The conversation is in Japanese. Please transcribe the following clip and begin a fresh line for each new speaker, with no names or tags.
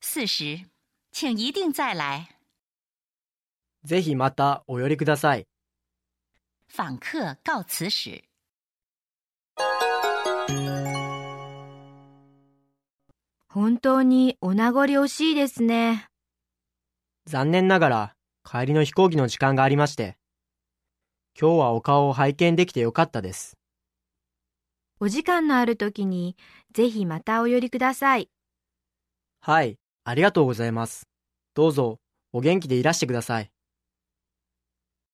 四十，请一定再来。
ぜひまたお寄りください。
访客告辞时，
本当にお名残惜しいですね。
残念ながら帰りの飛行機の時間がありまして。今日はお顔を拝見できてよかったです。
お時間のある時に、ぜひまたお寄りください。
はい、ありがとうございます。どうぞお元気でいらしてください。